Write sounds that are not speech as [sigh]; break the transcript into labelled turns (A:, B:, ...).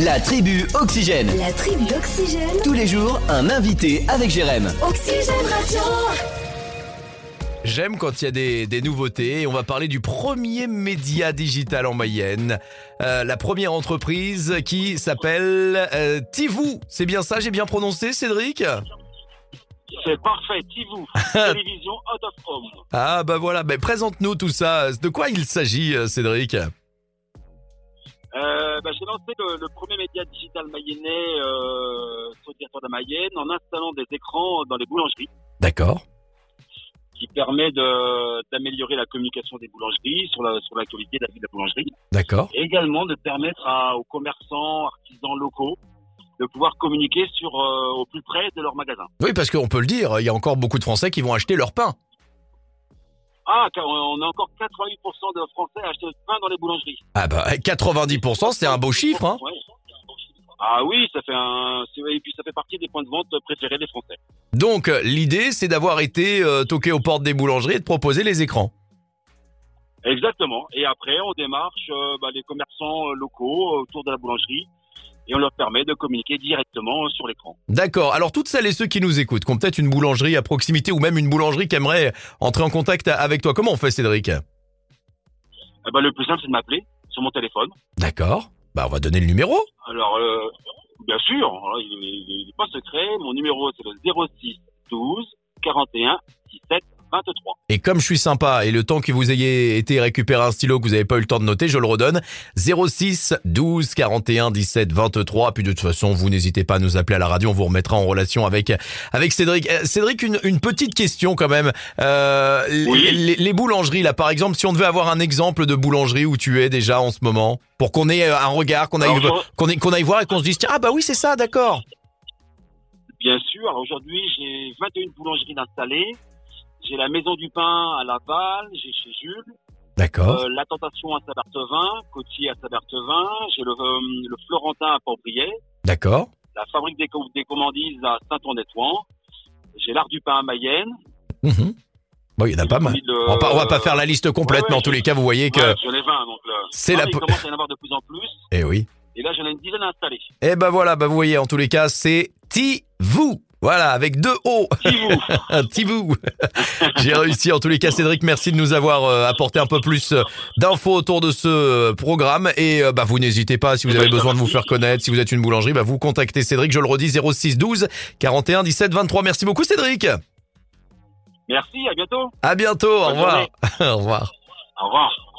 A: La tribu Oxygène.
B: La tribu Oxygène.
A: Tous les jours, un invité avec Jérém.
B: Oxygène Radio.
C: J'aime quand il y a des, des nouveautés et on va parler du premier média digital en Mayenne. Euh, la première entreprise qui s'appelle euh, Tivou. C'est bien ça, j'ai bien prononcé Cédric
D: C'est parfait, Tivou. Télévision out of home.
C: Ah bah voilà, bah présente-nous tout ça. De quoi il s'agit euh, Cédric
D: Euh, bah, J'ai lancé le, le premier média digital mayennais euh, sur le territoire de Mayenne en installant des écrans dans les boulangeries
C: D'accord.
D: qui permet de- d'améliorer la communication des boulangeries sur la- sur l'actualité de la vie de la boulangerie
C: D'accord.
D: et également de permettre à- aux commerçants, artisans locaux de pouvoir communiquer sur euh, au plus près de leur magasin.
C: Oui parce qu'on peut le dire, il y a encore beaucoup de Français qui vont acheter leur pain.
D: Ah, car on a encore 88% de Français à acheter le pain dans les boulangeries.
C: Ah bah 90% c'est un beau chiffre. Hein
D: Ouais. Ah oui, ça fait un. c'est- Et puis ça fait partie des points de vente préférés des Français.
C: Donc euh, l'idée c'est d'avoir été euh, toqué aux portes des boulangeries et de proposer les écrans.
D: Exactement. Et après, on démarche euh, bah, les commerçants euh, locaux autour de la boulangerie et on leur permet de communiquer directement sur l'écran.
C: D'accord. Alors toutes celles et ceux qui nous écoutent, qui ont peut-être une boulangerie à proximité ou même une boulangerie qui aimerait entrer en contact a- avec toi, comment on fait Cédric
D: Eh ben, le plus simple, c'est de m'appeler sur mon téléphone.
C: D'accord. Bah on va donner le numéro.
D: Alors, euh, bien sûr, hein, il n'est pas secret. Mon numéro, c'est le 06 12 41 17 23.
C: Et comme je suis sympa et le temps que vous ayez été récupérer un stylo que vous n'avez pas eu le temps de noter, je le redonne. 06 12 41 17 23. Puis de toute façon, vous n'hésitez pas à nous appeler à la radio, on vous remettra en relation avec avec Cédric. Euh, Cédric, une, une petite question quand même. Euh, les-
D: Oui.
C: les, les boulangeries là, par exemple, si on devait avoir un exemple de boulangerie où tu es déjà en ce moment, pour qu'on ait euh, un regard, qu'on aille
D: Alors, je-
C: qu'on aille- qu'on aille voir et qu'on se dise tiens ah bah oui c'est ça d'accord.
D: Bien sûr, alors aujourd'hui j'ai 21 boulangeries installées. J'ai la Maison du Pain à Laval, j'ai chez Jules,
C: D'accord.
D: euh, la Tentation à Saint-Berthevin, Côtier à Saint-Berthevin, j'ai le, euh, le Florentin à Port-Briey,
C: D'accord.
D: la Fabrique des, Com- des Commandises à Saint-Ouen-des-Touans, j'ai l'Art du Pain à Mayenne.
C: Mhm. Bon il y en a pas mal. On va pas, on va pas faire la liste complète,
D: ouais,
C: mais en
D: ouais,
C: tous
D: je-
C: les cas vous voyez que
D: Ouais, j'en ai 20, donc là,
C: C'est
D: ah,
C: la
D: il
C: po-
D: commence à y en avoir de plus en plus.
C: Eh oui.
D: Et là, j'en ai une dizaine installées.
C: Eh ben voilà, bah vous voyez, en tous les cas, c'est Tivou. Voilà, avec deux O, [laughs]
D: Qui vous
C: Tivou. [laughs] J'ai réussi. En tous les cas, Cédric, merci de nous avoir euh, apporté un peu plus euh, d'infos autour de ce euh, programme. Et euh, bah vous n'hésitez pas, si vous
D: Eh
C: avez
D: ben, je
C: besoin de vous
D: remercie.
C: faire connaître, si vous êtes une boulangerie, bah vous contactez Cédric. Je le redis, 06 12 41 17 23. Merci beaucoup, Cédric.
D: Merci, à bientôt.
C: À bientôt. Au
D: Bonne
C: revoir. [laughs] Au revoir.
D: Au revoir. Au revoir.